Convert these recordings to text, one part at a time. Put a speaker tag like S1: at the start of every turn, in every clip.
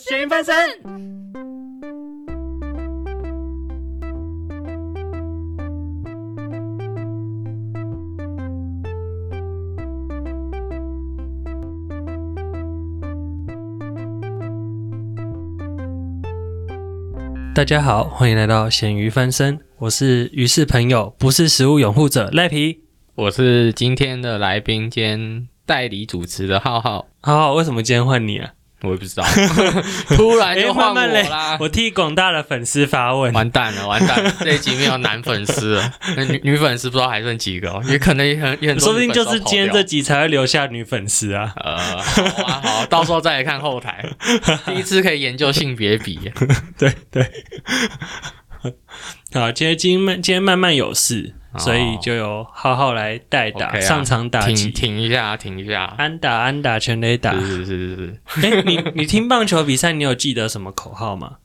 S1: 咸鱼翻身。大家好，欢迎来到咸鱼翻身，我是鱼是朋友，不是食物拥护者赖皮。
S2: 我是今天的来宾兼代理主持的浩浩，
S1: 好好，为什么今天换你啊？
S2: 我也不 知道，突然就啊换我
S1: 哎
S2: 啦，
S1: 我替广大的粉丝发问。
S2: 完蛋了，完蛋了，这一集没有男粉丝 了，那女女粉丝不知道还剩几个哦，也可能也很也很多
S1: 说不定
S2: 女粉
S1: 就
S2: 丝
S1: 是
S2: 都跑
S1: 今天
S2: 掉
S1: 这集才会留下女粉丝 啊！
S2: 呃，好啊，好，到时候再来看后 台，第一次可以研究性别比，
S1: 对对， 好，今天今天慢今天慢慢有事，
S2: 哦
S1: 所以就由浩浩来代打、
S2: OK 啊
S1: 上场打
S2: 停
S1: 击，
S2: 停一下，停一下，
S1: 安打安打全垒打。
S2: 是是是是是，
S1: 哎、你你听棒球比赛，你有记得什么口号吗？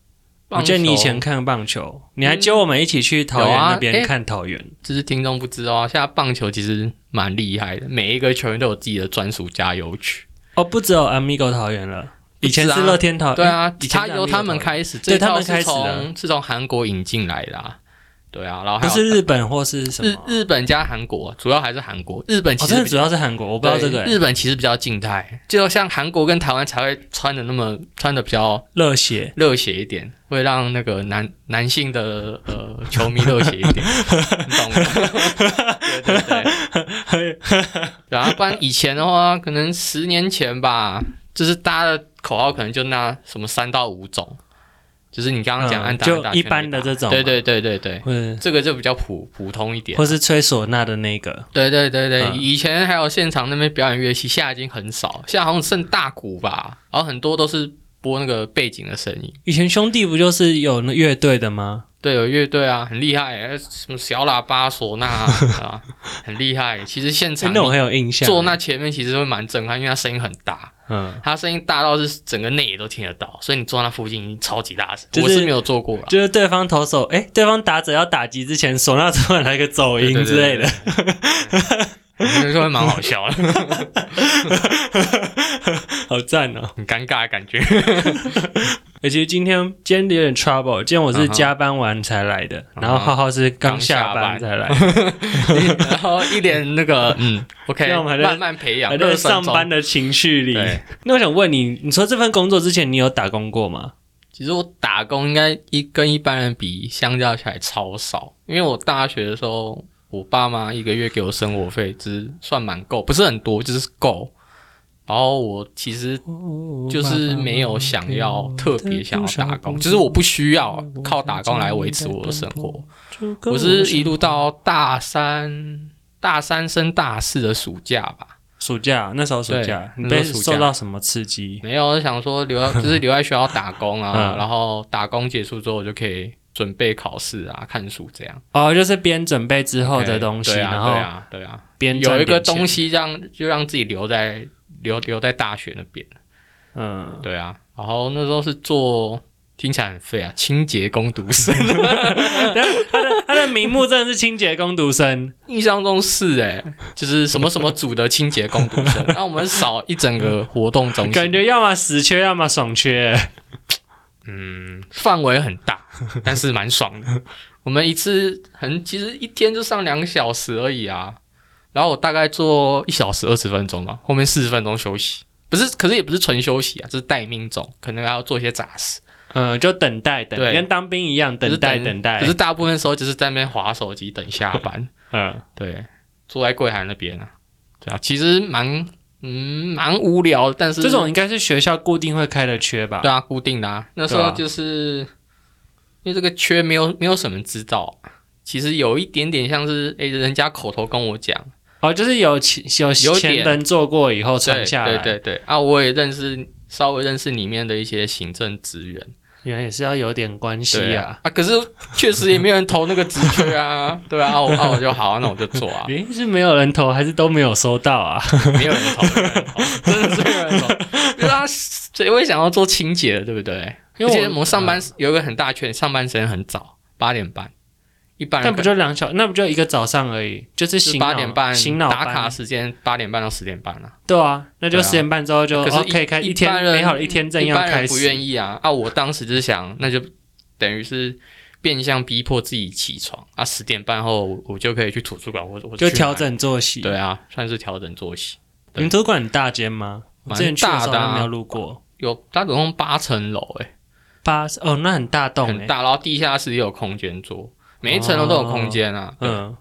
S1: 我记得你以前
S2: 棒球
S1: 看棒球，你还揪我们一起去桃园
S2: 有啊
S1: 那边
S2: 哎
S1: 看桃园。
S2: 就是听众不知道啊，现在棒球其实蛮厉害的，每一个球员都有自己的专属加油曲。
S1: 哦，不只有 Amigo 桃园了，以前
S2: 不止
S1: 是
S2: 啊
S1: 乐天桃园。
S2: 对啊
S1: 以，前
S2: 他
S1: 是
S2: 由
S1: Amigo
S2: 他们
S1: 桃园，
S2: 开始，
S1: 对
S2: 这一套
S1: 他们开
S2: 是
S1: 始的
S2: 从是从韩国引进来的、啊，对啊，然后还
S1: 不
S2: 有
S1: 是日本或是什
S2: 日
S1: 么？
S2: 日本加韩国，主要还是韩国。日本
S1: 哦，
S2: 其实
S1: 真的
S2: 比
S1: 主要是韩国，我不知道这个、
S2: 对
S1: 欸、
S2: 日本其实比较静态，就像韩国跟台湾才会穿的那么穿的比较
S1: 热血。
S2: 热血一点，会让那个男男性的呃球迷热血一 点，你懂吗？对对对。然后不然以前的话，可能十年前吧，就是大家的口号可能就那什么三到五种，就是你刚刚讲
S1: 嗯
S2: 安打、
S1: 就
S2: 安打
S1: 一般的
S2: 全垒
S1: 这种
S2: 打对对对对对，
S1: 或者
S2: 这个就比较普普通一点。
S1: 或是吹唢呐的那个，
S2: 对对对对，
S1: 嗯
S2: 以前还有现场那边表演乐器，现在已经很少，现在好像剩大鼓吧，然后很多都是播那个背景的声音。
S1: 以前兄弟不就是有那乐队的吗？
S2: 对，有乐队啊，很厉害，呃什么小喇叭、唢呐 啊啊，很厉害。其实现
S1: 哎
S2: 场
S1: 那我很有印象。
S2: 坐那前面其实会蛮震撼，因为它声音很大，
S1: 嗯，
S2: 它声音大到是整个内也都听得到，所以你坐那附近已经超级大声。
S1: 就是
S2: 我是没有坐过啦，
S1: 就是对方投手，哎、对方打者要打击之前，唢呐突然来个走
S2: 对
S1: 音之类的，，
S2: 对对对对就会蛮好笑的，
S1: 好赞哦！
S2: 很尴尬的 感觉。
S1: 而且今天今天有点 trouble，今天我是
S2: 嗯哼
S1: 加班完才来的，然后
S2: 嗯哼
S1: 浩浩是刚下班
S2: 刚下班
S1: 才来，
S2: 然后一脸那个嗯，OK，
S1: 那我们还在
S2: 慢慢培养
S1: 还，在
S2: 热身
S1: 上
S2: 中
S1: 班。的情绪里
S2: 对。
S1: 那我想问你，你说这份工作之前你有打工过吗？
S2: 其实我打工应该一跟一般人比，相较起来超少，因为我大学的时候，我爸妈一个月给我生活费，只是算蛮够，不是很多，就是够。然后我其实就是没有想要特别想要打工，就是我不需要靠打工来维持我的生活。我是一路到大三，大三升大四的暑假吧，
S1: 暑假那时候暑假，
S2: 对
S1: 你被
S2: 那时候暑假
S1: 受到什么刺激？
S2: 没有，我想说留 在就是留在学校打工啊，
S1: 嗯
S2: 然后打工结束之后我就可以准备考试啊、看书这样。
S1: 哦，就是边准备之后的哦东西，
S2: 对啊
S1: 然
S2: 对
S1: 后
S2: 啊对啊，
S1: 边赚
S2: 有一个
S1: 点钱
S2: 东，西让就让自己留在留留在大学那边。
S1: 嗯，
S2: 对啊，然后那时候是做听起来很废啊，清洁工读生，
S1: 他的他的名目真的是清洁工读生，
S2: 印象中是哎、就是什么什么组的清洁工 读生，那我们少一整个活动中
S1: 感
S2: 心，
S1: 觉要么死缺，要么爽缺。
S2: 嗯，范围很大， 但是蛮爽的。我们一次很，其实一天就上两个小时而已啊。然后我大概做一小时二十分钟吧，后面四十分钟休息。不是，可是也不是纯休息啊，这是待命中，可能还要做一些杂事。
S1: 嗯，就等待等，
S2: 对
S1: 跟当兵一样，
S2: 可是
S1: 等待等待
S2: 可。是大部分时候就是在那边划手机等下班。
S1: 嗯，
S2: 对，坐在柜台那边啊，对啊，其实蛮嗯蛮无聊，但是
S1: 这种应该是学校固定会开的缺吧？
S2: 对啊，固定的啊。那时
S1: 对
S2: 候
S1: 啊
S2: 就是、因为这个缺没有没有什么人知道，其实有一点点像是诶、人家口头跟我讲，
S1: 哦，就是有前有
S2: 有点
S1: 前人做过以后传
S2: 对
S1: 下来，
S2: 对对对啊，我也认识稍微认识里面的一些行政职员，
S1: 原来也是要有点关系
S2: 对
S1: 啊。
S2: 啊啊，可是确实也没有人投那个职缺啊， 对啊，啊我啊我就好、啊，那我就做啊，
S1: 原因是没有人投，还是都没有收到啊？
S2: 没有人投，没有人投 真的是没有 人投，对啊，谁会想要做清洁的，对不对？
S1: 因
S2: 因
S1: 为
S2: 为
S1: 我
S2: 我们上班有一个很大缺点，上班时间很早，八点半，一般人
S1: 但不就两小，那不就一个早上而已，就是醒脑
S2: 八点半
S1: 醒脑
S2: 打
S1: 班
S2: 卡时间八点半到十点半啊，
S1: 对啊，那就
S2: 对啊
S1: 十点半之后就
S2: 可是一
S1: OK 哦开
S2: 一
S1: 天
S2: 般人
S1: 美好的一天正
S2: 一
S1: 要
S2: 般
S1: 开
S2: 人
S1: 始，
S2: 不愿意啊啊！我当时就是想，那就等于是变相逼迫自己起床啊，十点半后我我就可以去图书馆或者或者
S1: 就
S2: 去
S1: 调
S2: 哪
S1: 整作息。
S2: 对啊，算是调整作息。
S1: 你们图书馆很大间吗？我
S2: 蛮
S1: 之前去的时候
S2: 大的啊
S1: 还没有路过
S2: 有它总共八层楼，哎，
S1: 八十哦，那很大栋
S2: 很
S1: 哎、
S2: 大，然后地下室也有空间坐，每一层楼都有空间啊。嗯，
S1: 嗯，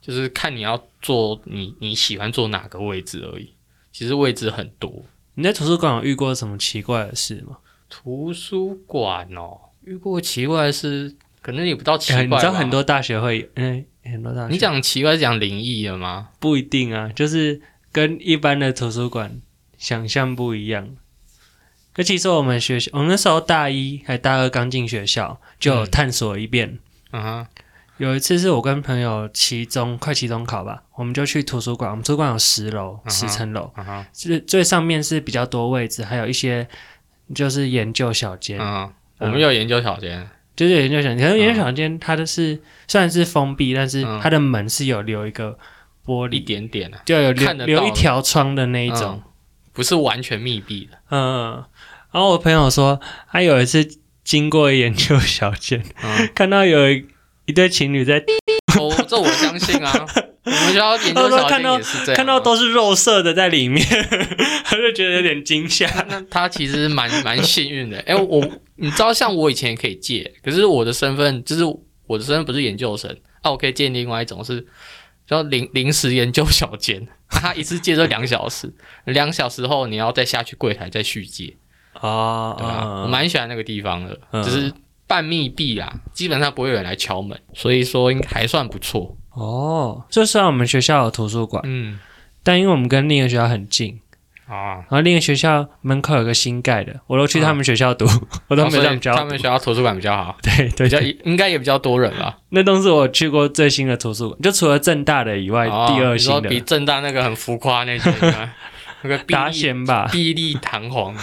S2: 就是看你要坐你你喜欢坐哪个位置而已。其实位置很多，
S1: 你在图书馆有遇过什么奇怪的事吗？
S2: 图书馆哦，遇过奇怪的事，可能也不到奇
S1: 哎你
S2: 怪、
S1: 知道很。多大学会，嗯、很多大学
S2: 你讲奇怪是讲灵异的吗？
S1: 不一定啊，就是跟一般的图书馆想象不一样。可其实我们学校，我们那时候大一还大二刚进学校，就有探索一遍。
S2: 嗯哼，
S1: 有一次是我跟朋友期中快期中考吧，我们就去图书馆，我们图书馆有十楼
S2: 嗯哼
S1: 十层楼，
S2: 嗯哼，
S1: 最最上面是比较多位置，还有一些就是研究小间，
S2: 嗯哼，我们有研究小间，
S1: 就是研究小间。可是研究小间它的是虽然是封闭，但是
S2: 嗯
S1: 它的门是有留一个玻
S2: 一
S1: 璃，
S2: 点点啊，
S1: 就有留
S2: 看得到
S1: 留一条窗的那一种。
S2: 嗯不是完全密闭的。
S1: 嗯，然后我朋友说，他有一次经过研究小间，
S2: 嗯，
S1: 看到有一一对情侣在，
S2: 我这我相 信啊，我们学校研究小间也是这样啊。
S1: 看到都是肉色的在里面， 他就觉得有点惊 吓。
S2: 那他其实蛮蛮幸运的。哎，我你知道，像我以前也可以借，可是我的身份就是我的身份不是研究生啊，我可以借另外一种是叫临临时研究小间， 他一次借就两小时，两小时后你要再下去柜台再续借。
S1: 哦
S2: 对啊，我
S1: 嗯
S2: 蛮喜欢那个地方的，
S1: 嗯
S2: 就是半密闭啦，基本上不会有人来敲门，所以说应该还算不错。
S1: 哦，就虽然我们学校有图书馆，
S2: 嗯
S1: 但因为我们跟另一个学校很近，
S2: 啊，
S1: 然后另一个学校门口有个新盖的，我都去他们学校读， 我都没
S2: 啊哦所
S1: 有
S2: 以
S1: 他们学校
S2: 他们
S1: 读。
S2: 学校图书馆比较好，
S1: 对对
S2: 比较
S1: 对，
S2: 应该也比较多人吧。
S1: 那栋是我去过最新的图书馆，就除了正大的以外，
S2: 哦
S1: 第二
S2: 你说
S1: 新
S2: 比
S1: 的
S2: 正大那个很浮夸 那些，应该那个碧
S1: 达
S2: 丽
S1: 贤吧，
S2: 碧丽堂 皇的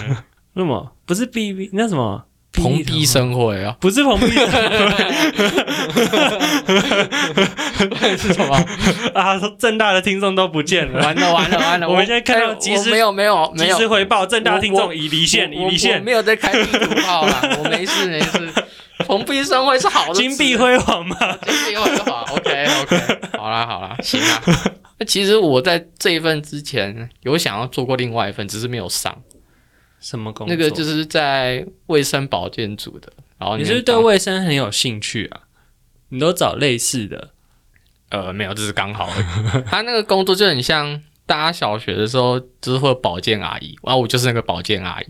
S1: 那么不是 B B 那什么
S2: 蓬荜，
S1: 生
S2: 生辉啊，
S1: 不是蓬荜生
S2: 是什么？
S1: 啊！正大的听众都不见了，
S2: 完了完了完了！
S1: 我们现在看到
S2: 哎
S1: 即时
S2: 我没有没有 没
S1: 及
S2: 有
S1: 时回报，正大听
S2: 我
S1: 众已离线，
S2: 我
S1: 已离
S2: 我
S1: 线，
S2: 没有在开地图炮 啦，我没事没事。蓬荜生辉是好的词，啊
S1: 金碧辉煌嘛。
S2: 以后就好 ，OK OK，好啦好啦，行啦。那其实我在这一份之前有想要做过另外一份，只是没有上。
S1: 什么工
S2: 那个就是是在卫生保健组的，然后
S1: 你
S2: 里
S1: 是不
S2: 面
S1: 是对
S2: 当
S1: 卫生很有兴趣啊？你都找类似的
S2: 呃没有，这是 刚好而已。他那个工作就很像大家小学的时候，就是会有保健阿姨，然后我就是那个保健 阿姨，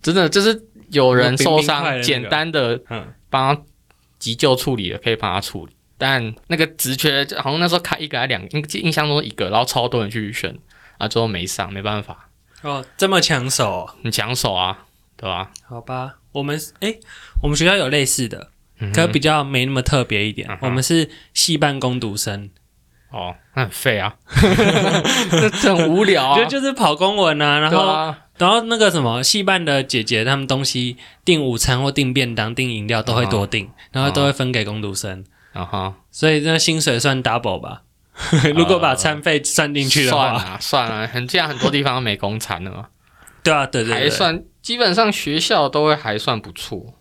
S2: 真的就是有人受伤，
S1: 那个冰冰块的那个
S2: 简单的
S1: 嗯
S2: 帮他急救处理了，可以帮他处理。但那个职缺就好像那时候开一个还两个，印印象中一个，然后超多人去选啊，最后没上，没办法，
S1: 哦，这么抢手哦、
S2: 很抢手啊，对吧？
S1: 好吧？我们诶，我们学校有类似的，
S2: 嗯哼
S1: 可比较没那么特别一点
S2: 嗯。哼
S1: 我们是系办工读生，
S2: 哦，那很废 啊， 这这很无聊啊
S1: 就。就是跑公文啊，然
S2: 对
S1: 后
S2: 啊，
S1: 然后那个什么戏办的姐姐，她们东西订午餐或订便当、订饮料都会多订，
S2: 哦
S1: 然后都会分给工读生，
S2: 然后
S1: 所以那薪水算 double 吧。如果把餐费算进去的
S2: 呃算
S1: 话，
S2: 了、算了、啊很这样很多地方没公产了嘛，
S1: 对啊，对对对，
S2: 还算基本上学校都会还算不错。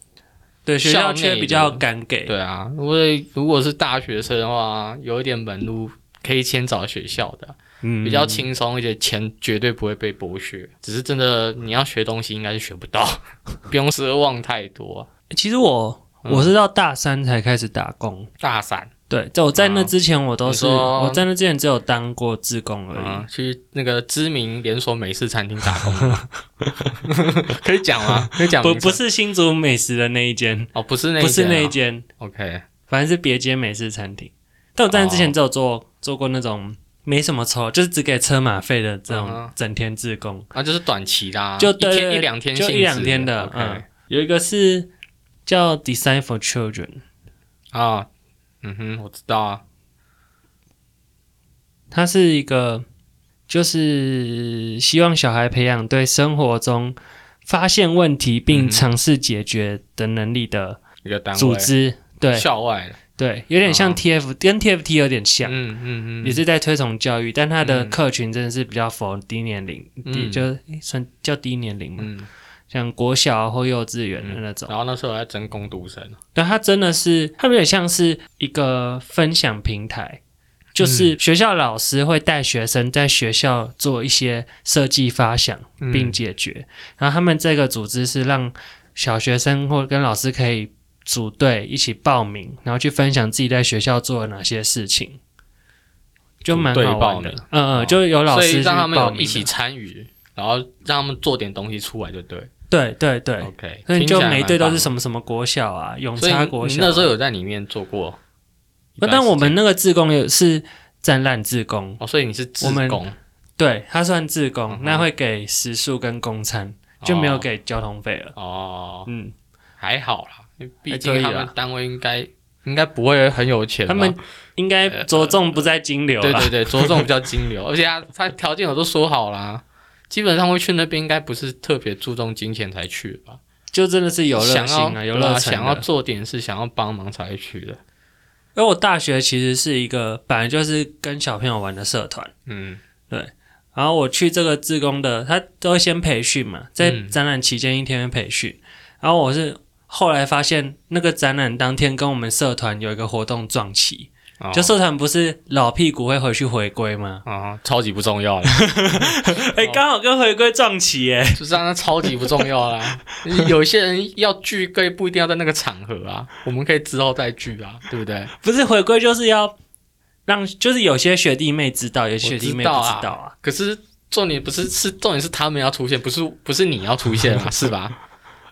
S1: 对学
S2: 校
S1: 校
S2: 内
S1: 却
S2: 的
S1: 比较敢给，
S2: 对啊，因为如果是大学生的话，有一点门路可以先找学校的，
S1: 嗯
S2: 比较轻松，而且钱绝对不会被剥削。只是真的你要学东西，应该是学不到， 不用奢望太多啊、
S1: 其实我
S2: 嗯
S1: 我是到大三才开始打工，
S2: 大三，
S1: 对，在我在那之前我都是
S2: 啊你说
S1: 我在那之前只有当过志工而
S2: 嗯
S1: 已，，
S2: 去那个知名连锁美式餐厅打工， 可以讲吗？可以讲
S1: 不
S2: 名
S1: 不
S2: 称
S1: 是新竹美食的那一间，
S2: 哦，不是那
S1: 不是那一
S2: 一间
S1: 间，
S2: 啊，OK，
S1: 反正是别间美式餐厅。但我在那之
S2: 哦
S1: 前只有做、做过那种没什么酬，就是只给车马费的这
S2: 嗯
S1: 种
S2: 哼
S1: 整天自工，
S2: 啊，就是短期的啊，
S1: 就
S2: 一
S1: 对
S2: 天
S1: 对
S2: 一两天性
S1: 就
S2: 质，
S1: 一两天的。
S2: OK
S1: 嗯，有一个是叫 Design for Children，
S2: 啊，嗯哼，我知道啊，
S1: 它是一个就是希望小孩培养对生活中发现问题
S2: 嗯
S1: 并
S2: 哼
S1: 尝试解决的能力的
S2: 一个单位
S1: 组织。对
S2: 校外的，
S1: 对，有点像
S2: 哦
S1: TF，、跟 TFT 有点像，
S2: 嗯嗯嗯，
S1: 也是在推崇教育，但它的
S2: 嗯
S1: 客群真的是比较否低年龄，低
S2: 嗯
S1: 就是诶算叫低年龄嘛，
S2: 嗯，
S1: 像国小啊或幼稚园的那种。
S2: 然后那时候还在争工读生，
S1: 对，它真的是，它有点像是一个分享平台，
S2: 嗯
S1: 就是学校老师会带学生在学校做一些设计发想
S2: 嗯
S1: 并解决，然后他们这个组织是让小学生或跟老师可以组队一起报名，然后去分享自己在学校做了哪些事情。就蛮
S2: 组队
S1: 好玩的
S2: 报名，
S1: 嗯
S2: 哦
S1: 嗯，就有老
S2: 所
S1: 师
S2: 以
S1: 去
S2: 让他们
S1: 报
S2: 有
S1: 名
S2: 一起
S1: 的，
S2: 参与，然后让他们做点东西出来就对。
S1: 对对对，
S2: OK，
S1: 所以就每
S2: 没
S1: 一队都是
S2: 么？
S1: 什么什么国小啊，永
S2: 所以
S1: 差国
S2: 你
S1: 小啊、
S2: 那时候有在里面做过一
S1: 那
S2: 段时间，
S1: 但我们那个志工也是展览志工，
S2: 哦，所以你是职
S1: 我们
S2: 工，
S1: 对，他算志工，
S2: 嗯哼
S1: 那会给食宿跟公餐，就没有给交通费了。
S2: 哦，
S1: 嗯，
S2: 还好啦，因为毕
S1: 还可
S2: 竟
S1: 以
S2: 他
S1: 啦
S2: 们单位应该应该不会很有钱吧，
S1: 他们应该着重不在金流
S2: 哦呃
S1: 啊
S2: 对
S1: 啦。
S2: 对对，着重比较金流，而且他他条件我都说好啦，基本上会去那边应该不是特别注重金钱才去的吧，
S1: 就真的是游乐
S2: 想
S1: 性
S2: 要
S1: 啊，游乐城
S2: 想要
S1: 的。
S2: 做点事，想要帮忙才会去的，
S1: 因为我大学其实是一个本来就是跟小朋友玩的社团，
S2: 嗯
S1: 然后我去这个志工的，他都会先培训嘛，在
S2: 嗯
S1: 展览期间一天会培训，然后我是后来发现那个展览当天跟我们社团有一个活动撞期，
S2: 哦
S1: 就社团不是老屁股会回去回归吗？
S2: 啊，超级不重 要啦，
S1: 哎、刚好跟回归撞齐耶！
S2: 就是让他超级不重要啦。有一些人要聚会不一定要在那个场合啊，我们可以之后再聚啊，对不对？
S1: 不是回归就是要让，就是有些学弟妹知道，有些学弟妹不知道啊。
S2: 我知道可是重点不是是重点是他们要出现，不是不是你要出现嘛，是 吧？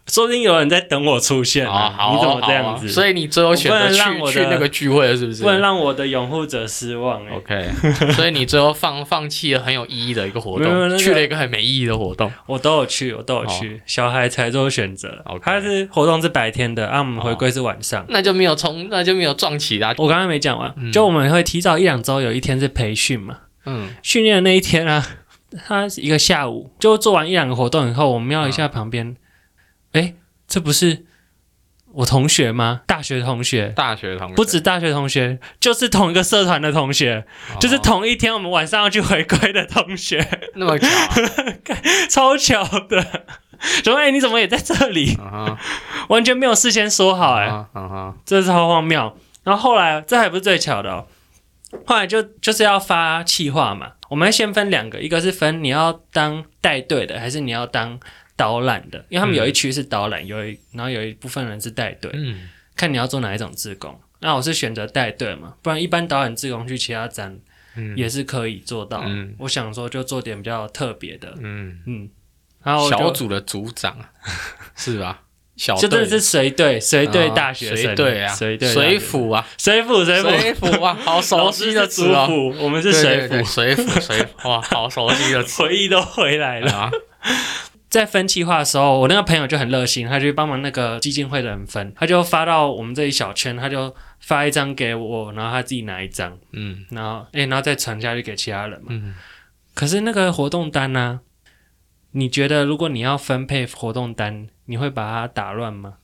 S1: 说不定有人在等我出现
S2: 啊，
S1: 啊！
S2: 好啊，
S1: 你怎么这样
S2: 好
S1: 子？
S2: 啊所以你最后选择
S1: 我不能让我
S2: 去
S1: 的
S2: 去那个聚会了，是不是
S1: 不能让我的拥护者失望哎、
S2: ？OK，所以你最后放放弃了很有意义的一个活
S1: 没有没有那个哦
S2: 动，去了一个很没意义的活动。
S1: 我都有去，我都有去。小孩才做选择
S2: OK
S1: 他是活动是白天的，啊，我们回归是晚上。
S2: 那就没有冲，那就没有撞起啦。
S1: 我刚刚没讲完，
S2: 嗯
S1: 就我们会提早一两周有一天是培训嘛，
S2: 嗯，
S1: 训练的那一天啊， 他一个下午就做完一两个活动以后，我瞄一下旁边，
S2: 啊
S1: 哎、这不是我同学吗？大学同学，
S2: 大学同学
S1: 不止大学同学，就是同一个社团的同学，就是
S2: 同
S1: 同一天我们晚上要去回归的同学，
S2: 哦那么巧
S1: 超巧的。 怎么？哎、你怎么也在这里？
S2: 啊，
S1: 完全没有事先说好、哎、
S2: 啊啊
S1: 这超荒谬。然后后来这还不是最巧的哦，后来就就是要发企划嘛，我们先分两个，一个是分你要当带队的，还是你要当导览的，因为他们
S2: 嗯
S1: 有一区是导览，有一然后有一部分人是带队，
S2: 嗯
S1: 看你要做哪一种志工。那我是选择带队嘛，不然一般导览志工去其他展
S2: 嗯
S1: 也是可以做到。
S2: 嗯
S1: 我想说就做点比较特别的，
S2: 嗯，
S1: 嗯，然后我就
S2: 小组的组长啊 是吧？小
S1: 就真的
S2: 队
S1: 是随队随队
S2: 啊
S1: 大学生，
S2: 随队啊，
S1: 随队大学
S2: 水
S1: 生
S2: 府啊，
S1: 水府水府
S2: 水 府啊，好熟
S1: 老
S2: 悉
S1: 师
S2: 的
S1: 是
S2: 词
S1: 族
S2: 哦。
S1: 谱，我们是
S2: 对
S1: 水
S2: 对对
S1: 府，
S2: 水府水府哇，好熟悉的词
S1: 回忆都回来了。
S2: 啊。
S1: 在分计划的时候，我那个朋友就很热心，他就帮忙那个基金会的人分，他就发到我们这一小圈，他就发一张给我，然后他自己拿一张，
S2: 嗯
S1: 然后哎、然后再传下去给其他人嘛。
S2: 嗯。
S1: 可是那个活动单呢、你觉得如果你要分配活动单，你会把它打乱吗？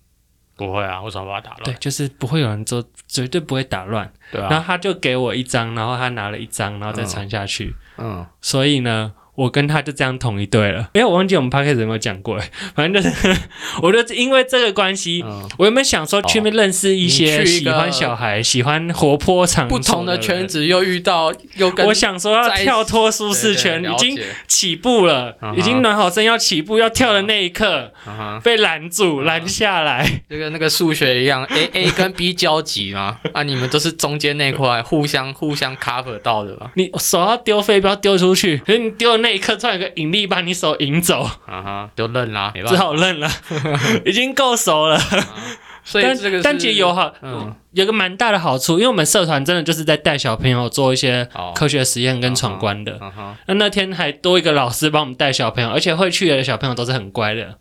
S2: 不会啊，为什么把它打
S1: 对
S2: 乱？，
S1: 就是不会有人做，绝对不会打乱。
S2: 对
S1: 然
S2: 啊，
S1: 后他就给我一张，然后他拿了一张，然后再传下去。
S2: 嗯，
S1: 所以呢，我跟他就这样同一队了。因为我忘记我们 p o d c a s 有没有讲过， 反正就是我就因为这个关系，
S2: 嗯
S1: 我原本想说去那边认识一些
S2: 你去一
S1: 喜
S2: 个
S1: 欢小孩、喜欢活泼场
S2: 不同
S1: 的
S2: 的圈
S1: 人。
S2: 子又遇到又跟
S1: 我想说要
S2: 在一起
S1: 跳脱舒适圈，
S2: 对
S1: 已
S2: 对
S1: 经
S2: 了解
S1: 起步了
S2: 嗯，哼
S1: 已经暖好身要起步要跳的那一刻
S2: 嗯哼
S1: 被拦住，
S2: 嗯
S1: 拦下来。
S2: 就跟那个数学一样，A A 跟 B 交集嘛， 啊，你们都是中间那块互相互相 cover 到的吧？
S1: 你手要丢飞镖丢出去，可是你丢的那一刻突然有个引力把你手引走，
S2: 啊哈，就认啦，没办
S1: 只
S2: 法。
S1: 好认 了，已经够熟了。
S2: 所以
S1: 但
S2: 这个是
S1: 但其实有好，
S2: 嗯
S1: 有个蛮大的好处，因为我们社团真的就是在带小朋友做一些
S2: 哦，
S1: 科学实验跟闯关的。
S2: 嗯哼，
S1: 那那天还多一个老师帮我们带小朋友，而且会去的小朋友都是很乖的，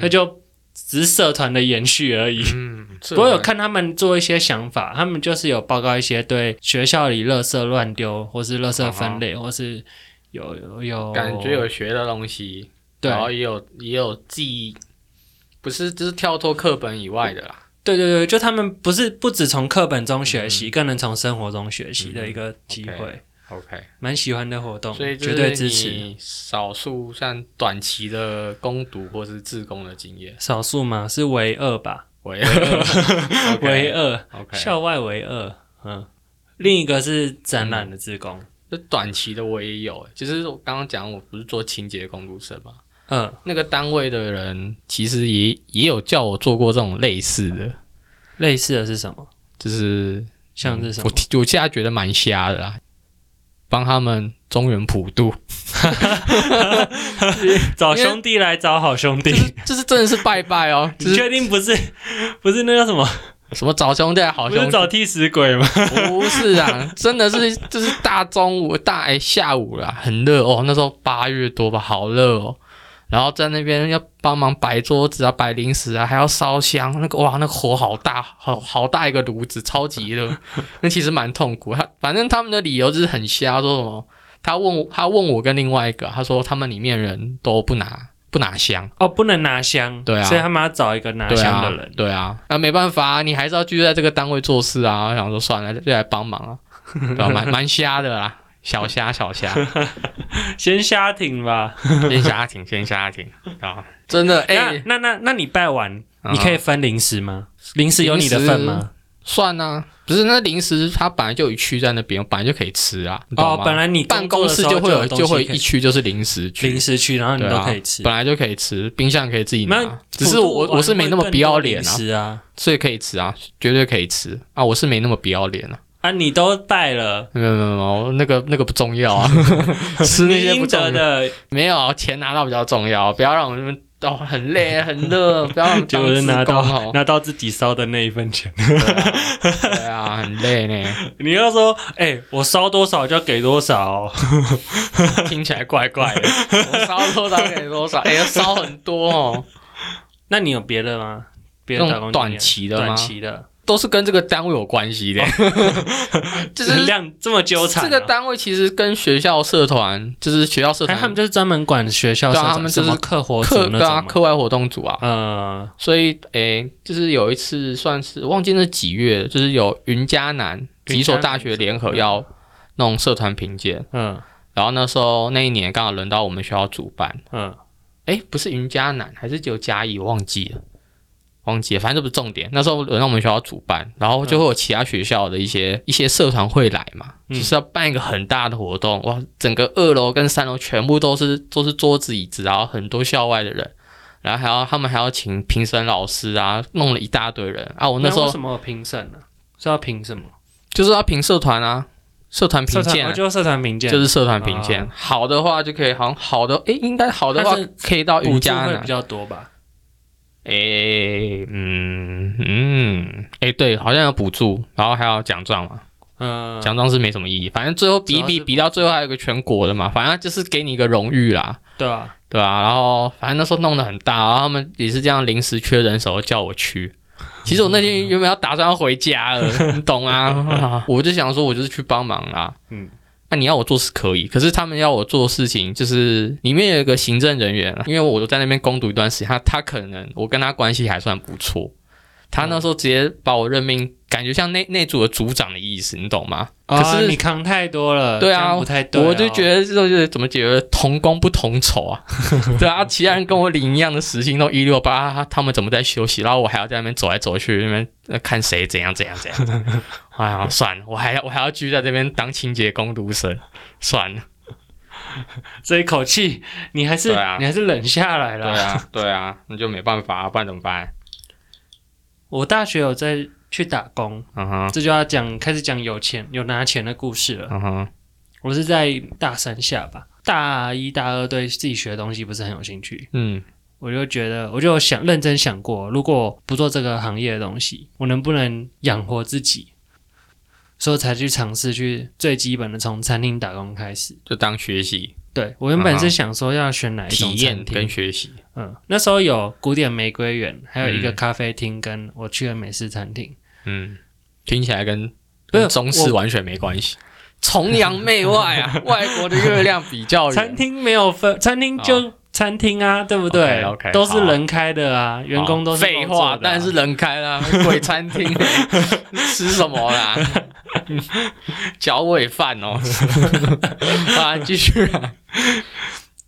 S1: 那就只是社团的延续而已。
S2: 嗯，
S1: 不
S2: 不
S1: 过有看他们做一些想法，他们就是有报告一些对学校里垃圾乱丢，或是垃圾分类，或是有有有
S2: 啊感觉有学的东西，
S1: 对
S2: 然后也有也有记忆，不是就是跳脱课本以外的啦，
S1: 对对对，就他们不是不只从课本中学习，更能从生活中学习的一个机会，
S2: 嗯 OK OK，
S1: 蛮喜欢的活动，
S2: 所以这
S1: 绝对
S2: 是
S1: 支持。
S2: 你少数像短期的攻读或是自工的经验，
S1: 少数嘛，是唯二吧，
S2: 唯二 OK
S1: 唯二，
S2: OK，
S1: 校外唯二，嗯。另一个是展览的志工，
S2: 这短期的我也有，其实我刚刚讲我不是做清洁工读生嘛，
S1: 嗯，
S2: 那个单位的人其实也也有叫我做过这种类似的，
S1: 类似的是什么？
S2: 就是
S1: 像是什么？
S2: 嗯我我现在觉得蛮瞎的啦，帮他们中原普渡，
S1: 找兄弟来找好兄弟，
S2: 这是真的是拜拜哦，就
S1: 你
S2: 是
S1: 确定不是不是那叫什么？
S2: 什么找兄弟好
S1: 不
S2: 兄
S1: 是
S2: 弟，
S1: 找替死鬼吗？
S2: 不是啊，真的是就是大中午大哎、下午啦，很热哦，那时候八月多吧，好热哦。然后在那边要帮忙摆桌子啊，摆零食啊，还要烧香，那个哇，那个火好大，好好大一个炉子，超级热， 那其实蛮痛苦。他反正他们的理由就是很瞎，说什么他问我，他问我跟另外一个，他说他们里面人都不拿不拿香。
S1: 哦，不能拿香，
S2: 对啊
S1: 所以他们要找一个拿香的人。
S2: 对啊，对啊，那、没办法、啊，你还是要继续在这个单位做事啊。我想说算了，就来帮忙 啊，对吧、蛮蛮瞎的啦，小瞎小瞎，啊
S1: 先瞎挺吧。
S2: 先瞎挺，先瞎挺啊，真的哎、
S1: 那那那那你拜完，
S2: 嗯
S1: 你可以分零食吗？零食有你的份吗？
S2: 算啊，不是那零食它本来就有一区在那边，本来就可以吃啊，你懂
S1: 哦
S2: 吗，
S1: 本来你
S2: 办
S1: 工作
S2: 公
S1: 的
S2: 室
S1: 时候
S2: 就
S1: 就
S2: 会有
S1: 东
S2: 就会
S1: 西可
S2: 一
S1: 以
S2: 区就是零食区
S1: 零。食区，然后你
S2: 对
S1: 都
S2: 啊
S1: 可以吃。
S2: 本来就可以吃，冰箱可以自己
S1: 没有
S2: 拿，只是我我是没那么不要脸啊，
S1: 吃啊！
S2: 所以可以吃啊，绝对可以吃啊，我是没那么不要脸啊。
S1: 啊，你都拜了，
S2: 没有没有没有，那个那个不重 要啊，吃那
S1: 你
S2: 些不
S1: 应
S2: 重
S1: 得
S2: 要。
S1: 的，
S2: 没有啊钱拿到比较重要，不要让我们哦很累很热，不要 让我们
S1: 结
S2: 当
S1: 果是拿
S2: 职工
S1: 到
S2: 哦。
S1: 拿到自己烧的那一份钱。
S2: 对啊，很累呢，
S1: 你要说，哎，我烧多少就要给多少 哦，
S2: 听起来怪怪的。我烧多少给多少， 哎、要烧很多哦，
S1: 那你有别的吗？别
S2: 那
S1: 的打工
S2: 种
S1: 经验
S2: 短期的吗
S1: 短？期的，
S2: 都是跟这个单位有关系 的，就是
S1: 量这么纠缠
S2: 这
S1: 哦。
S2: 个单位其实跟学校社团，就是学校社
S1: 哎，
S2: 团
S1: 他们就是专门管学校社
S2: 对啊
S1: 长
S2: 他们
S1: 什
S2: 就是
S1: 么课活组
S2: 课
S1: 那
S2: 对啊
S1: 种吗。
S2: 课外活动组啊，
S1: 呃，
S2: 所以，诶、就是有一次算是忘记那几月了，就是有云嘉南几所大学联合要弄社团评鉴，
S1: 嗯
S2: 然后那时候那一年刚好轮到我们学校主办，
S1: 嗯，
S2: 诶、不是云嘉南，还是只有嘉义，我忘记了，忘记了，反正这不是重点。那时候轮到我们学校主办，然后就会有其他学校的一些、一些社团会来嘛，
S1: 嗯
S2: 就是要办一个很大的活动，哇，整个二楼跟三楼全部都是都是桌子椅子，然后很多校外的人。然后还要他们还要请评审老师啊，弄了一大堆人啊！我那时
S1: 为
S2: 候
S1: 什么有评审呢？是要评什么？
S2: 就是要评社团啊，社团评
S1: 社团
S2: 鉴啊、
S1: 哦就是社团评鉴，
S2: 就是社团评鉴。
S1: 啊
S2: 好的话就可以，好像好的，诶，应该好的话
S1: 它是
S2: 可以到
S1: 补
S2: 云
S1: 助
S2: 嘉
S1: 会
S2: 南
S1: 比。较多吧？
S2: 诶，嗯嗯，诶，对，好像有补助，然后还有奖状嘛，
S1: 嗯，
S2: 奖状是没什么意义，反正最后比一
S1: 主要
S2: 比
S1: 是
S2: 比到最后还有个全国的嘛，反正就是给你一个荣誉啦。
S1: 对啊，
S2: 对啊，然后反正那时候弄得很大，然后他们也是这样临时缺人手叫我去。其实我那天原本要打算要回家了，你懂啊？我就想说，我就是去帮忙啦。
S1: 嗯
S2: 嗯，那、你要我做事可以，可是他们要我做事情，就是里面有一个行政人员，啊因为我在那边攻读一段时间，他他可能我跟他关系还算不错，他那时候直接把我任命，感觉像那那组的组长的意思，你懂吗？可
S1: 哦
S2: 是
S1: 你扛太多了，
S2: 对啊
S1: 这样不太对哦，
S2: 我就觉得这就是怎么解决同工不同酬 啊，对啊，其他人跟我领一样的时薪都一六八，他们怎么在休息？然后我还要在那边走来走去，那边呃看谁怎样怎样怎样。 哎呀，算了，我还要我还要继续在这边当清洁工读生，算了。
S1: 这一口气你还是
S2: 对啊
S1: 你还是忍下来了。，
S2: 啊，对啊，那就没办法、啊，不然怎么办？
S1: 我大学有在去打工，
S2: 嗯哼，
S1: 这就要讲开始讲有钱有拿钱的故事了。
S2: 嗯哼，
S1: 我是在大三下吧，大一大二对自己学的东西不是很有兴趣，
S2: 嗯
S1: 我就觉得，我就想认真想过，如果不做这个行业的东西，我能不能养活自己？所以我才去尝试去最基本的从餐厅打工开始。
S2: 就当学习
S1: 对我原本
S2: 嗯
S1: 是
S2: 哼
S1: 想说要选哪一种
S2: 体
S1: 餐
S2: 验跟
S1: 厅，
S2: 学习。
S1: 嗯，那时候有古典玫瑰园，还有一个
S2: 嗯
S1: 咖啡厅，跟我去的美式餐厅。
S2: 嗯，听起来跟
S1: 不是
S2: 跟中式
S1: 我
S2: 完全没关系。 崇洋媚外啊，外国的月亮比较圆。
S1: 餐厅没有分，餐厅就餐厅啊，对不对
S2: 哦 OK，OK，
S1: 都是人开的啊，员工啊都是
S2: 废话，当然
S1: 但
S2: 是人 开啦，鬼餐厅吃什么啦？ 脚尾饭 哦，啊，继续啊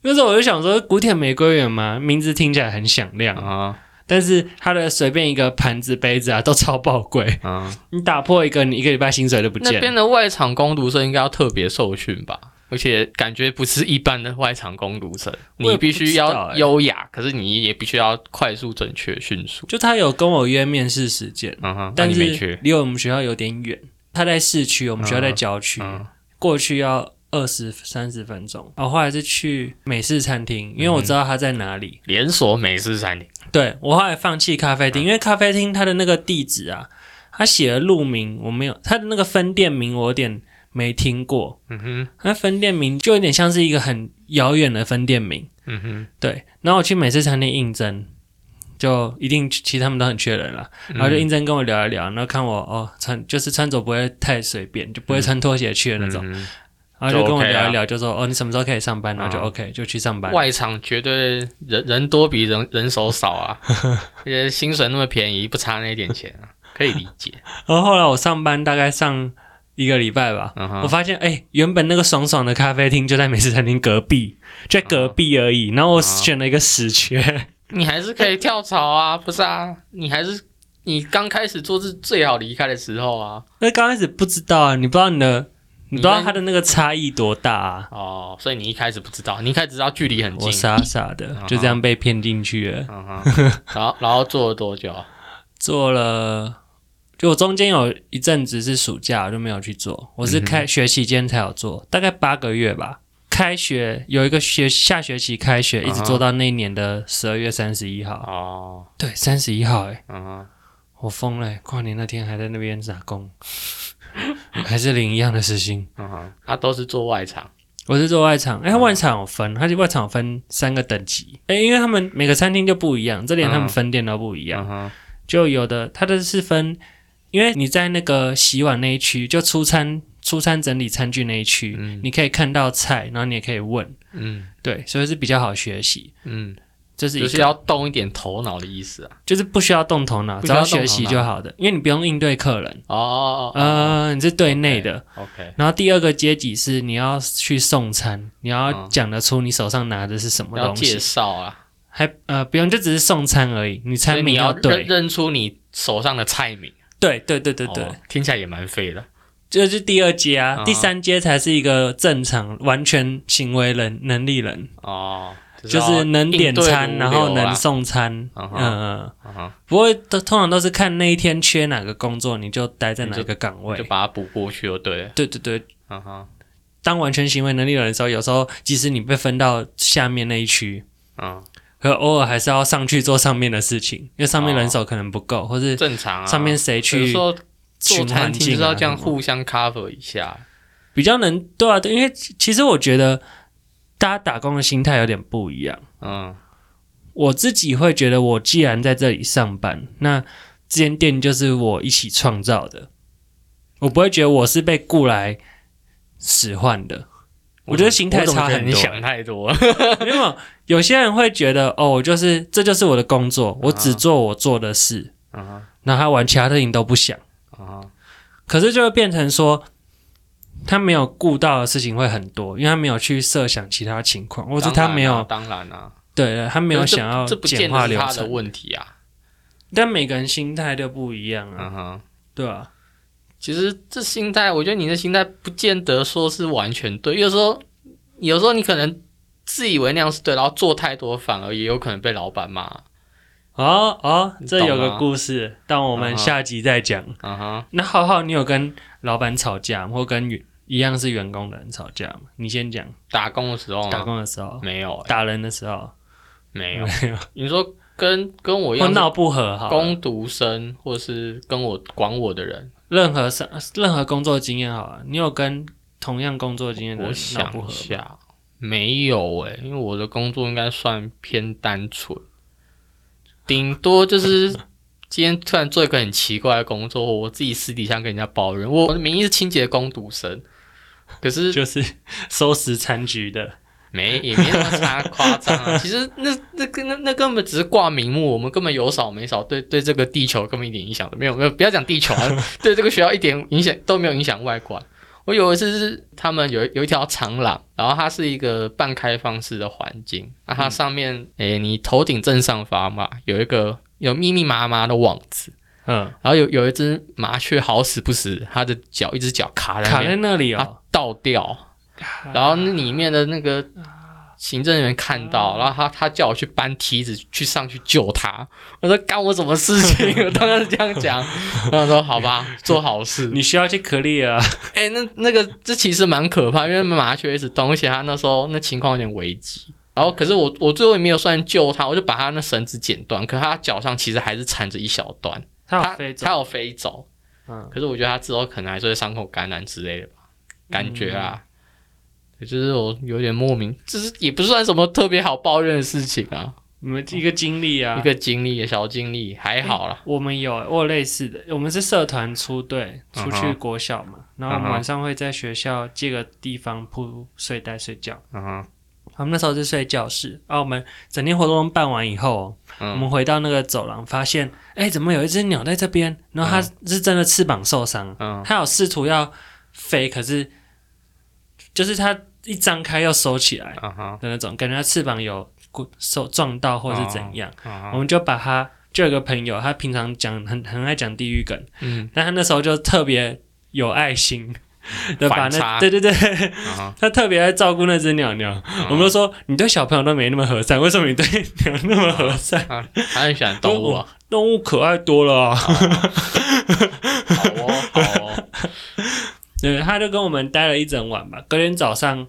S1: 那时候我就想说，古典玫瑰园嘛，名字听起来很响亮，
S2: 啊
S1: 但是它的随便一个盘子、杯子啊，都超爆 贵，
S2: 啊！
S1: 你打破一个，你一个礼拜薪水都不
S2: 那
S1: 见
S2: 边
S1: 了。
S2: 的外场工读生应该要特别受训吧？而且感觉不是一般的外场工读生，
S1: 我也不知
S2: 你
S1: 道
S2: 必须要
S1: 欸
S2: 优雅，可是你也必须要快速、准确、迅速。
S1: 就他有跟我约面试时间，
S2: 嗯哼，那
S1: 但
S2: 你没
S1: 是
S2: 去，
S1: 离我们学校有点远，他在市区，我们学校在郊区，
S2: 嗯
S1: 过去要二十三十分钟。哦我后来是去美式餐厅，因为
S2: 嗯
S1: 我知道他在哪里，
S2: 连锁美式餐厅
S1: 对我后来放弃咖啡
S2: 嗯
S1: 厅，因为咖啡厅它的那个地址啊，它写的路名我没有，它的那个分店名我有点没听过。嗯哼，那分店名就有点像是一个很遥远的分店名。
S2: 嗯哼，
S1: 对，然后我去美式餐厅应征，就一定其实他们都很缺人了，
S2: 嗯
S1: 然后就应征跟我聊一聊，然后看我哦穿就是穿着不会太随便，就不会穿拖鞋去的那种，
S2: 嗯哼
S1: 然后就跟我
S2: 就 OK 啊
S1: 聊一聊，就说哦你什么时候可以上班，然后就
S2: 嗯
S1: OK、就去上班。
S2: 外场绝对人人多比人人手少啊， 而且薪水那么便宜，不差那一点钱啊， 可以理解。
S1: 然后后来我上班大概上一个礼拜吧，
S2: 嗯
S1: 我
S2: 哼，
S1: 发现，哎、原本那个爽爽的咖啡厅就在美食餐厅隔壁，
S2: 啊
S1: 就在隔壁而已。然后我选了一个死缺，
S2: 你还是可以跳槽啊， 不是啊？你还是你刚开始做是最好离开的时候啊。
S1: 那刚开始不知道啊，你不知道你的，你不知道
S2: 你
S1: 它的那个差异多大啊。
S2: 哦，所以你一开始不知道，你一开始知道距离很近
S1: 我。傻傻的
S2: 嗯
S1: 就这样被骗进去了，
S2: 嗯哼， 然后然后做了多久？啊
S1: 做了。就我中间有一阵子是暑假，我就没有去做，我是
S2: 嗯
S1: 开学期间才有做，大概八个月吧。开学有一个学下学期开学，一
S2: 啊
S1: 直做到那一年的十二月三十一号，
S2: 哦，
S1: 对，三十一号、哎。
S2: 嗯哼，
S1: 我疯了欸，跨年那天还在那边打工， 还是领一样的时薪。
S2: 嗯哼，他都是做外场。
S1: 我是做外场，哎、外场有
S2: 嗯
S1: 分，它是外场有分三个等级，哎、因为他们每个餐厅就不一样，这连他们
S2: 嗯
S1: 分店都不一样，
S2: 嗯哼，
S1: 就有的它的是分，因为你在那个洗碗那一区，就出餐出餐整理餐具那一区，
S2: 嗯
S1: 你可以看到菜，然后你也可以问，
S2: 嗯
S1: 对，所以是比较好学习，
S2: 嗯，
S1: 这是一
S2: 就
S1: 个
S2: 是要动一点头脑的意思啊。
S1: 就是不需要动头脑，
S2: 不
S1: 只
S2: 需要
S1: 要
S2: 动
S1: 学习
S2: 头脑
S1: 就好的，因为你不用应对客人，
S2: 哦哦哦哦
S1: 呃，你是对内的。
S2: ，OK，
S1: 然后第二个阶级是你要去送餐，你要
S2: 嗯
S1: 讲得出你手上拿的是什么
S2: 要
S1: 东
S2: 介
S1: 西，
S2: 绍啊。
S1: 还呃不用，就只是送餐而已，你
S2: 所以
S1: 餐
S2: 你
S1: 名
S2: 要认
S1: 对，
S2: 认出你手上的菜名，
S1: 对对对对对，
S2: 哦听起来也蛮废的。
S1: 这就是第二阶啊，
S2: 嗯
S1: 第三阶才是一个正常完全行为人能力人，
S2: 哦，
S1: 就是能点餐，
S2: 啊
S1: 然后能
S2: 送，
S1: 送餐，
S2: 嗯
S1: 嗯
S2: 哼
S1: 嗯，
S2: 嗯哼
S1: 不过都通常都是看那一天缺哪个工作，你就待在
S2: 你
S1: 哪
S2: 就
S1: 个岗
S2: 就
S1: 位，
S2: 把它补过去就对了。
S1: 对对对。
S2: 嗯哼，
S1: 当完全行为能力人的时候，有时候即使你被分到下面那一区，
S2: 嗯，
S1: 可偶尔还是要上去做上面的事情，因为上面人手可能不够，或是
S2: 正常啊。
S1: 上面谁
S2: 比如
S1: 去
S2: 说做
S1: 巡
S2: 餐
S1: 环
S2: 厅就
S1: 境
S2: 是
S1: 啊
S2: 要
S1: 什么，
S2: 这样互相 cover 一下。
S1: 比较能对啊，对，因为其其实我觉得大家打工的心态有点不一样。
S2: 嗯
S1: 我自己会觉得，我既然在这里上班，那这间店就是我一起创造的，我不会觉得我是被雇来使唤的。我觉得心态
S2: 我怎么
S1: 差
S2: 觉得
S1: 很
S2: 你
S1: 多
S2: 想太多 了。
S1: 没有，有些人会觉得，哦，我就是这就是我的工
S2: 啊
S1: 作，我只做我做的事，
S2: 嗯哼
S1: 那他玩其他事情都不想。
S2: 嗯哼
S1: 可是就会变成说，他没有顾到的事情会很多，因为他没有去设想其他情况，或者他没有
S2: 当然啊当然啊，
S1: 对，他没有
S2: 这
S1: 想要
S2: 这不
S1: 简
S2: 见
S1: 化
S2: 得是
S1: 流
S2: 他的
S1: 程。
S2: 问题啊。
S1: 但每个人心态都不一样啊，
S2: 嗯哼。
S1: 对啊，
S2: 其实这心态，我觉得你的心态不见得说是完全对，有时候有时候你可能自以为那样是对，然后做太多反而也有可能被老板骂。
S1: 哦哦，
S2: 你懂
S1: 这有个
S2: 吗
S1: 故事，但我们
S2: 嗯哼
S1: 下集再讲。
S2: 嗯哼，
S1: 那浩浩，你有跟老板吵架吗，或跟员一样是员工的人吵架吗？你先讲，
S2: 打工的时候吗
S1: 打工的时候，
S2: 没有、欸，
S1: 打人的时候，
S2: 没有。
S1: 没有，
S2: 你说跟跟我一
S1: 或
S2: 样
S1: 闹不和好
S2: 是
S1: 了，
S2: 工读生，或是跟我管我的人，
S1: 任何上任何工作经验好了，你有跟同样工作经验的
S2: 我
S1: 人闹
S2: 想
S1: 不
S2: 一
S1: 和吗？
S2: 下，没有诶、因为我的工作应该算偏单纯，顶多就是今天突然做一个很奇怪的工作，我自己私底下跟人家抱怨， 我我的名义是清洁工读生，可是
S1: 就是收拾残局的，
S2: 没也没那么差夸张啊。其实那那根那那根本只是挂名目，我们根本有少没少，对对这个地球根本一点影响都没有。没有，不要讲地球啊，对这个学校一点影响都没有影响外观。我有一次是他们有有一条长廊，然后它是一个半开放式的环境，那、它上面诶、你头顶正上方嘛有一个有密密麻麻的网子。
S1: 嗯，
S2: 然后有有一只麻雀好死不死，它的脚一只脚卡在那
S1: 卡在
S2: 边，
S1: 那里哦
S2: 它，倒掉，然后那里面的那个行政人员看到，然后他他叫我去搬梯子去上去救他，我说干我什么事情？我当然是这样讲，然后说好吧，做好事。
S1: 你需要去可丽啊，
S2: 哎、那那个这其实蛮可怕，因为麻雀一直动，而且它那时候那情况有点危急。然后可是我我最后也没有算救它，我就把它那绳子剪断，可它脚上其实还是缠着一小段。
S1: 它
S2: 它
S1: 有飞走
S2: 它，有飞走。
S1: 嗯
S2: 可是我觉得它之后可能还是会伤口感染之类的吧，感觉啊，对就是我有点莫名，就是也不算什么特别好抱怨的事情啊，
S1: 你们一个经历啊
S2: 一，个经历小经历还好啦。
S1: 我们有，我有类似的，我们是社团出队
S2: 嗯
S1: 出
S2: 哼
S1: 去国小嘛，然后我
S2: 嗯
S1: 们
S2: 哼
S1: 晚上会在学校借个地方铺睡袋睡觉。
S2: 嗯
S1: 我们那时候是睡教室，啊，我们整天活动办完以后，我
S2: 嗯
S1: 们回到那个走廊，发现，哎，怎么有一只鸟在这边？然后它是真的翅膀受伤，
S2: 嗯
S1: 它有试图要飞，可是就是它一张开又收起来的
S2: 嗯哼
S1: 那种，感觉它翅膀有故受撞到或是怎样，
S2: 嗯
S1: 我们就把它。就有个朋友，他平常讲很很爱讲地狱梗，
S2: 嗯
S1: 但他那时候就特别有爱心 的把
S2: 反差
S1: 那对对对，
S2: 嗯
S1: 他特别爱照顾那只鸟鸟。
S2: 嗯
S1: 我们都说你对小朋友都没那么和善，为什么你对鸟那么和善？
S2: 啊，他很喜欢动物 啊，
S1: 动物可爱多了、啊。
S2: 好哦好哦，
S1: 对，他就跟我们待了一整晚吧。隔天早上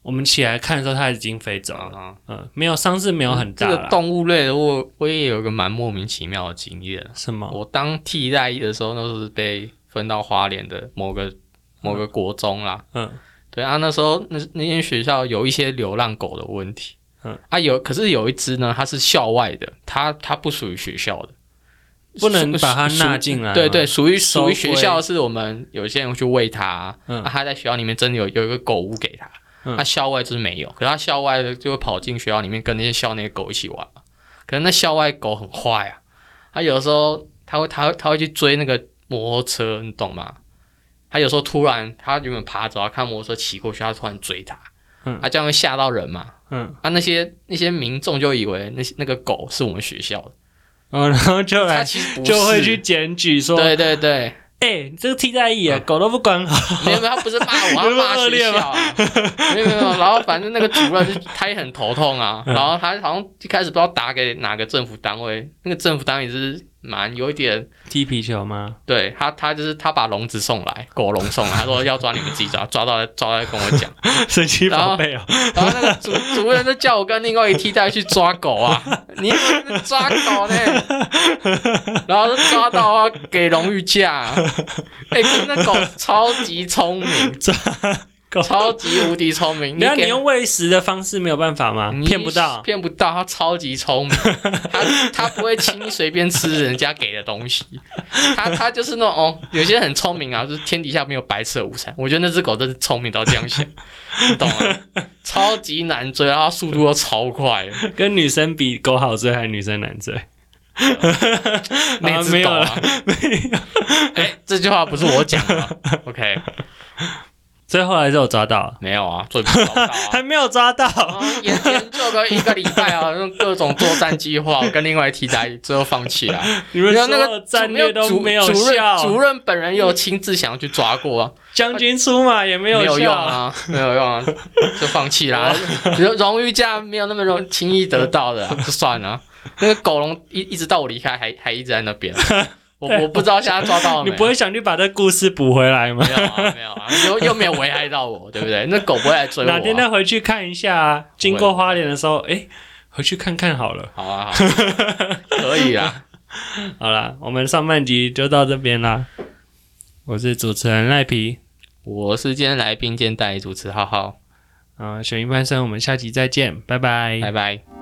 S1: 我们起来看的时候，它已经飞走
S2: 嗯
S1: 了。
S2: 哼
S1: 嗯，没有伤势，没有很
S2: 这
S1: 大
S2: 个
S1: 啦。
S2: 动物类的我我也有一个蛮莫名其妙的经验，
S1: 什么？
S2: 我当替代役的时候，那时候是被分到花莲的某个某个国中啦。
S1: 嗯
S2: 对啊，那时候那那间学校有一些流浪狗的问题。
S1: 嗯
S2: 啊有，可是有一只呢，它是校外的，它它不属于学校的，
S1: 不能
S2: 属
S1: 把它
S2: 属
S1: 纳进来吗
S2: 对对，属于
S1: 收
S2: 属于
S1: 归
S2: 学校，是我们有些人会去喂它。
S1: 嗯
S2: 啊，它在学校里面真的有有一个狗屋给它。
S1: 嗯
S2: 它校外就是没有，可是它校外的就会跑进学校里面跟那些校内的狗一起玩嘛。可是那校外狗很坏啊，它有的时候它会它会它会去追那个摩托车，你懂吗？它有时候突然它原本爬走，它看摩托车骑过去，它突然追它，
S1: 嗯
S2: 它这样会吓到人嘛。
S1: 嗯，
S2: 啊，那些那些民众就以为那些那个狗是我们学校的，
S1: 哦，然后就
S2: 它
S1: 来
S2: 其实不是
S1: 就会去。检举说，哎、
S2: 对嗯对对，
S1: 你这个替代役啊，狗都不管 好。
S2: 没有没有，他不是骂我，他
S1: 有那么
S2: 骂
S1: 恶
S2: 学
S1: 劣
S2: 校、啊，没有没有。然后反正那个主任就他也很头痛啊，然后他好像一开始不知道打给哪个政府单位，那个政府单位是蛮有一点，
S1: 踢皮球 吗？
S2: 对他他就是他把笼子送来，狗笼送来，他说要抓你们自己抓，抓到抓到再跟我讲。
S1: 神奇
S2: 然后
S1: 宝贝哦，
S2: 然后那个主主任就叫我跟另外一替代去抓狗 啊，你抓狗呢？然后就抓到啊，给荣誉价。哎、可是那狗超级聪明，
S1: 抓狗
S2: 超级无敌聪明。
S1: 然后
S2: 给
S1: 你用喂食的方式没有办法吗？
S2: 你
S1: 骗不到。
S2: 骗不到，它超级聪明，它它不会轻易随便吃人家给的东西， 它它就是那种哦，有些人很聪明啊，就是天底下没有白吃的午餐。我觉得那只狗真是聪明到这样想，你懂吗？超级难追，然后它速度又超快的，
S1: 跟女生比，狗好追还是女生难追？
S2: 那
S1: 啊
S2: 只
S1: 没有
S2: 狗啊，没有， 哎，这句话不是我讲的啊，OK，
S1: 所以后来就有抓到了，
S2: 没有啊，最不找不到啊。
S1: 还没有抓
S2: 然
S1: 到。
S2: 后研研究个一个礼拜啊，用各种作战计划，我跟另外一替代最后放弃了。
S1: 你们
S2: 没有
S1: 所
S2: 那
S1: 有
S2: 个
S1: 战略都
S2: 主
S1: 没有
S2: 主任主
S1: 效，
S2: 任本人也有亲自想要去抓过啊，
S1: 将军出马也 没
S2: 没有用
S1: 效。
S2: 啊，没有用啊，就放弃啦。 荣荣誉价没有那么容轻易得到的啊、就算了啊、那个狗笼一一直到我离开，还还一直在那 边，我我不知道现在抓到了
S1: 你
S2: 没。啊
S1: 不会想去把这故事补回来吗
S2: 没？有啊，没有啊，又又没有危害到我，对不对？那狗不会来追我、
S1: 哪天
S2: 啊。
S1: 再回去看一下啊？经过花莲的时候，哎，回去看看好了。
S2: 好啊， 好啊，可以啊啦。
S1: 好啦，我们上半集就到这边啦。我是主持人赖皮，
S2: 我是今天 来宾兼代理主持浩浩，
S1: 啊，选一半生，我们下集再见，拜拜
S2: 拜拜。